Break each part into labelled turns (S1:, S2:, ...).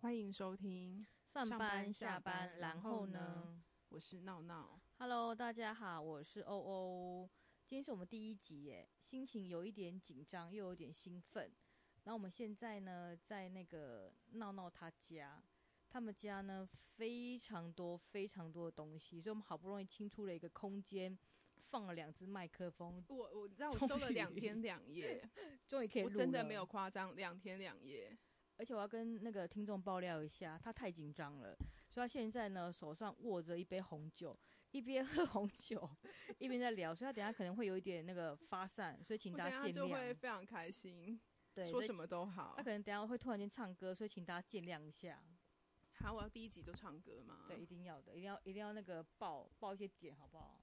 S1: 欢迎收听，
S2: 上
S1: 上班
S2: 班、
S1: 下
S2: 下
S1: 班然
S2: 班，然
S1: 后
S2: 后
S1: 呢
S2: 呢
S1: 我是闹闹。
S2: ？Hello，大家好，我是欧欧。今天是我们第一集耶，心情有一点紧张，又有点兴奋。然后我们现在呢，在那个闹闹他家，他们家呢非常多非常多的东西，所以我们好不容易清出了一个空间，放了两只麦克风，
S1: 我我知道我
S2: 终
S1: 收了
S2: 于
S1: 两天两夜，
S2: 终于可以
S1: 我
S2: 录
S1: 真的
S2: 了
S1: 没有。夸张，两天两夜。
S2: 而且我要跟那个听众爆料一下，他太紧张了，所以他现在呢手上握着一杯红酒，一边喝红酒，一边在聊，所以他等一下可能会有一点那个发散，所以请
S1: 我
S2: 大
S1: 等一
S2: 家
S1: 下
S2: 见
S1: 就会
S2: 谅。
S1: 非常开心，
S2: 对，
S1: 说
S2: 所以
S1: 什么都好
S2: 他。可能等一下会突然间唱歌，所以请大家见谅一下。
S1: 好，我要第一集就唱歌嘛。
S2: 对，一，定要的，一定要一定要那个爆爆一些点，好不好？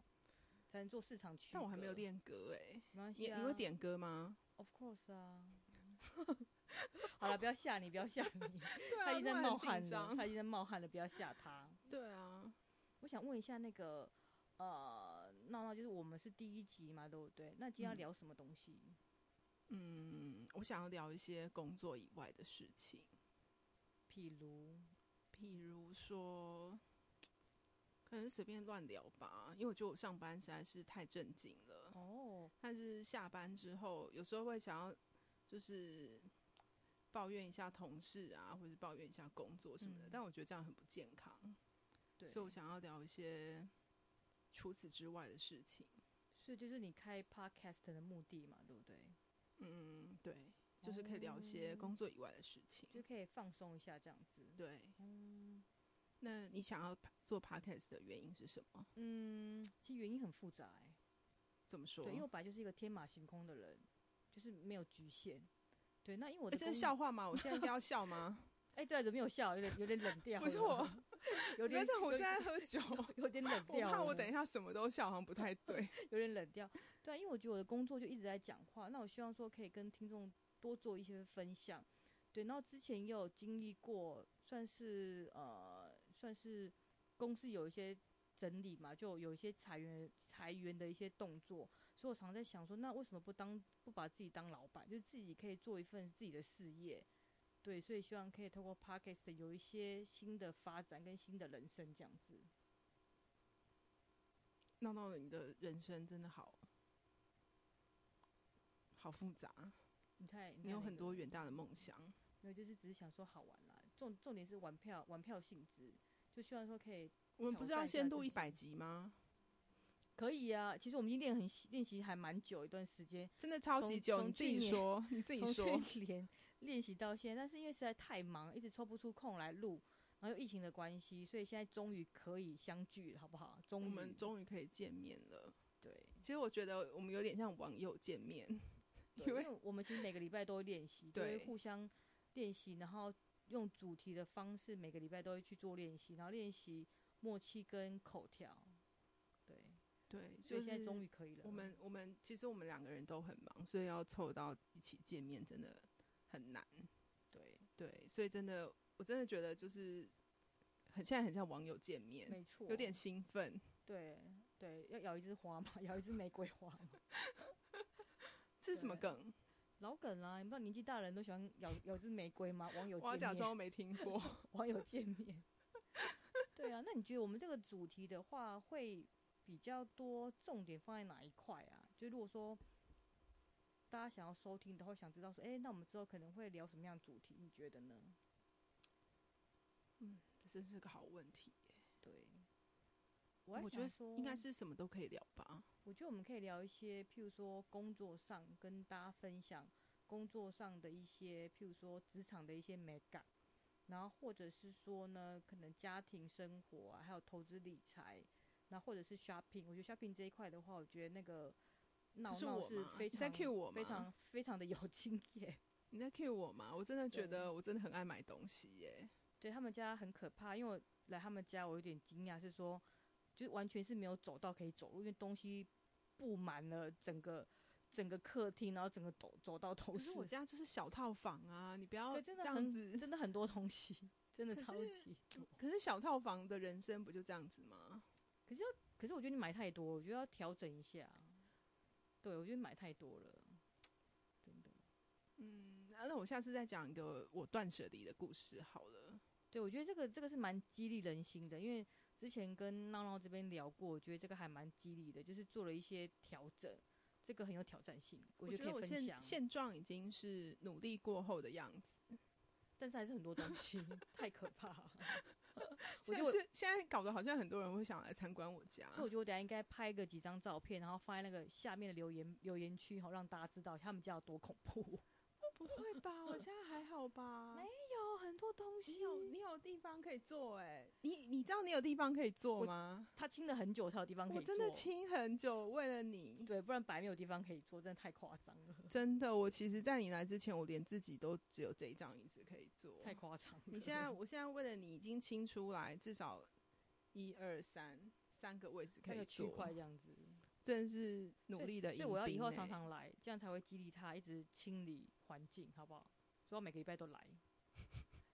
S2: 才能做市场区。
S1: 但我还没有，练歌哎。
S2: 没关系
S1: 你
S2: 啊。
S1: 你会点歌吗？
S2: ？Of course 啊。 好了，不要吓你，不要吓你，
S1: 对 啊，
S2: 他已经在
S1: 突然
S2: 冒
S1: 很
S2: 汗
S1: 紧
S2: 了，
S1: 张。
S2: 他已经在冒汗了，不要吓他。
S1: 对啊，
S2: 我想问一下那个呃，闹闹，就是我们是第一集嘛，对不对？那今天要
S1: 嗯
S2: 聊什么东西？
S1: 嗯，我想要聊一些工作以外的事情。
S2: 譬如，
S1: 譬如说，可能随便乱聊吧，因为我觉得我上班实在是太正经了。
S2: 哦，
S1: 但是下班之后，有时候会想要就是抱怨一下同事啊，或者抱怨一下工作什么的，
S2: 嗯
S1: 但我觉得这样很不健康，
S2: 对，
S1: 所以我想要聊一些除此之外的事情。
S2: 所以就是你开 podcast 的目的嘛，对不对？
S1: 嗯，对，就是可以聊一些
S2: 哦
S1: 工作以外的事情。
S2: 就可以放松一下这样子。
S1: 对，
S2: 嗯
S1: 那你想要做 podcast 的原因是什么？
S2: 嗯，其实原因很复杂哎、
S1: 怎么说？
S2: 对，因为我本来就是一个天马行空的人，就是没有局限。对，那因为我
S1: 诶
S2: 的
S1: 哎这是
S2: 工
S1: 笑话吗？我现在应该要笑吗？
S2: 哎、对，怎么没有笑？有点有点冷掉了，
S1: 不是我，
S2: 有
S1: 不要
S2: 点
S1: 这样，我
S2: 有
S1: 正在喝 酒，
S2: 有点冷
S1: 我
S2: 掉了。
S1: 怕我等一下什么都笑，好像不太对。
S2: 有点冷掉。对啊，因为我觉得我的工作就一直在讲话，那我希望说可以跟听众多做一些分享。对，然后之前也有经历过，算是呃，算是公司有一些整理嘛，就有一些裁员裁员的一些动作，所以我常在想说，那为什么不当不把自己当老板，就是自己可以做一份自己的事业？对，所以希望可以透过 podcast 有一些新的发展跟新的人生这样子。
S1: 闹闹，你的人生真的好好复杂，
S2: 你太，太
S1: 你有
S2: 那
S1: 很
S2: 个
S1: 多远大的梦想。
S2: 没有，就是只是想说好玩啦。重重点是玩票，玩票性质，就希望说可以，
S1: 我们不是要先录一百集吗？
S2: 可以啊。其实我们已经练很练习还蛮久一段时间，
S1: 真的超级久，
S2: 从
S1: 你自己 说，你自己
S2: 从
S1: 说。
S2: 去年练习到现在，但是因为实在太忙，一直抽不出空来录，然后又疫情的关系，所以现在终于可以相聚了，好不好？
S1: 我
S2: 终于，
S1: 们终于可以见面了。
S2: 对，
S1: 其实我觉得我们有点像网友见面，
S2: 对
S1: 因
S2: 因
S1: 为
S2: 为我们其实每个礼拜都会练 习，就会
S1: 对
S2: 互相练习，然后用主题的方式，每个礼拜都会去做练习，然后练习默契跟口条，对。
S1: 对，
S2: 所
S1: 就
S2: 以现在
S1: 是
S2: 终于可以了。
S1: 我们我们其实我们两个人都很忙，所以要凑到一起见面真的很难。
S2: 对，
S1: 对，所以真的，我真的觉得就是很现在很像网友见面，
S2: 没错，
S1: 有点兴奋。
S2: 对对，要咬一枝花嘛， 咬一枝玫瑰花嘛。
S1: 这是什么梗？
S2: 老梗啦、你不知道年纪大的人都喜欢咬咬一枝玫瑰吗？网友
S1: 我要
S2: 见
S1: 假
S2: 面，
S1: 装没听过。
S2: 网友见面。 对啊，那你觉得我们这个主题的话，会比较多重点放在哪一块啊？就如果说大家想要收听的话，想知道说，哎、那我们之后可能会聊什么样的主题？你觉得呢？
S1: 这真是个好问题耶，
S2: 对，我还
S1: 我觉得
S2: 想说
S1: 应该是什么都可以聊吧。
S2: 我觉得我们可以聊一些，譬如说工作上跟大家分享工作上的一些，譬如说职场的一些美感，然后或者是说呢，可能家庭生活啊，还有投资理财，然后或者是 shopping。我觉得 shopping 这一块的话，我觉得那个闹
S1: 是
S2: 闹
S1: 我
S2: 是
S1: 吗
S2: 非
S1: 你在
S2: 常
S1: cue 我吗
S2: 非常非常的有经验。
S1: 你在 cue 我吗？我真的觉
S2: 对
S1: 得我真的很爱买东西耶。
S2: 对他们家很可怕，因为我来他们家，我有点惊讶，是说就是完全是没有走到可以走路，因为东西布满了整个整个客厅，然后整个走走到都
S1: 可是
S2: 是，
S1: 我家就是小套房啊，你不要
S2: 对，
S1: 这
S2: 真的
S1: 样
S2: 很
S1: 子。
S2: 真的很多东西，真的
S1: 可是
S2: 超级多。
S1: 可是小套房的人生不就这样子吗？
S2: 可是要，可是我觉得你买太多，我觉得要调整一下。对，我觉得买太多了，真的。
S1: 嗯，啊那我下次再讲一个我断舍离的故事好了。
S2: 对，我觉得这个这个是蛮激励人心的，因为之前跟浪浪这边聊过，我觉得这个还蛮激励的，就是做了一些调整，这个很有挑战性，我
S1: 觉
S2: 觉得
S1: 得
S2: 可
S1: 我
S2: 以分
S1: 现
S2: 享。
S1: 现状已经是努力过后的样子。
S2: 但是还是很多东西 太可怕了， 我
S1: 现
S2: 觉
S1: 在
S2: 得我
S1: 是现在搞得好像很多人会想来参观我家
S2: 所以，我觉得我等一下应该拍个几张照片，然后放在那个下面的留言留言区，好让大家知道他们家有多恐怖。
S1: 不会吧？我家还好吧？
S2: 没有很多东
S1: 你有你有地方可以坐哎、你你知道你有地方可以坐
S2: 我
S1: 吗？
S2: 他清了很久才有地方可以
S1: 我
S2: 坐，
S1: 哦真的清很久，为了你，
S2: 对，不然白没有地方可以坐，真的太夸张了，
S1: 真的，我其实，在你来之前，我连自己都只有这一张椅子可以坐。
S2: 太夸张了。
S1: 你现在，我现在为了你已经清出来至少一二三三个位置可
S2: 那
S1: 以
S2: 个区
S1: 坐，
S2: 块这样子，
S1: 真是努力的、欸
S2: 所以我要以后常。常来，这样才会激励他一直清理环境，好不好？所以我每个礼拜都来，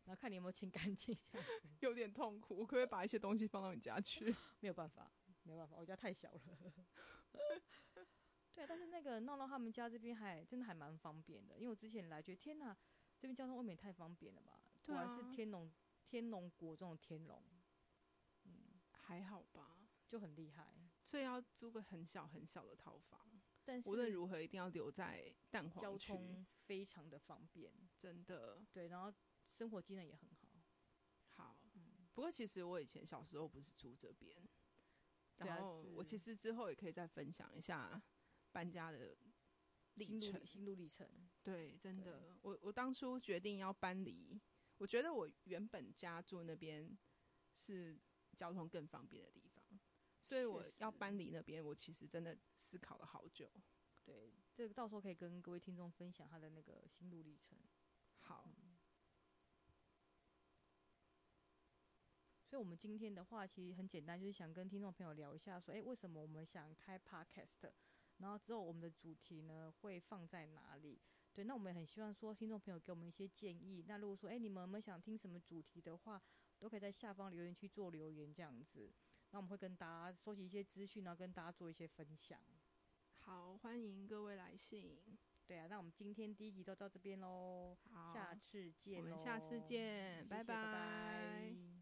S2: 然后看你有没有清干净，这样子
S1: 有点痛苦，我可不可以把一些东西放到你家 去？
S2: 没有办法，没有办法，我家太小了。 对，但是那个闹闹他们家这边还真的还蛮方便的，因为我之前来觉得天哪，这边交通未免太方便了吧？
S1: 对
S2: 果然是
S1: 啊
S2: 天龙天龙国这种天龙，嗯，
S1: 还好吧，
S2: 就很厉害。
S1: 所以要租个很小很小的套房，
S2: 但是
S1: 无论如何一定要留在蛋
S2: 交
S1: 黄区，
S2: 通非常的方便，
S1: 真的
S2: 对，然后生活机能也很好，
S1: 好。
S2: 嗯，
S1: 不过其实我以前小时候不是住这边，
S2: 对啊
S1: 然后我
S2: 是
S1: 其实之后也可以再分享一下搬家的历
S2: 心路
S1: 程
S2: 历。心路历程，
S1: 对，真
S2: 对
S1: 的，我我当初决定要搬离，我觉得我原本家住那边是交通更方便的地方，所以
S2: 确
S1: 我要
S2: 实
S1: 搬离那边，我其实真的思考了好久。
S2: 对，这个到时候可以跟各位听众分享他的那个心路历程。
S1: 好，
S2: 嗯所以，我们今天的话其实很简单，就是想跟听众朋友聊一下，说，诶，为什么我们想开 podcast，然后之后我们的主题呢会放在哪里？对，那我们也很希望说听众朋友给我们一些建议。那如果说，诶，你们有没有想听什么主题的话，都可以在下方留言区做留言这样子。那我们会跟大家收集一些资讯，然后跟大家做一些分享。
S1: 好，欢迎各位来信，
S2: 对啊，那我们今天第一集就到这边喽，
S1: 好，
S2: 下次见
S1: 我
S2: 喽，
S1: 们下次见，
S2: 谢
S1: 拜
S2: 谢拜拜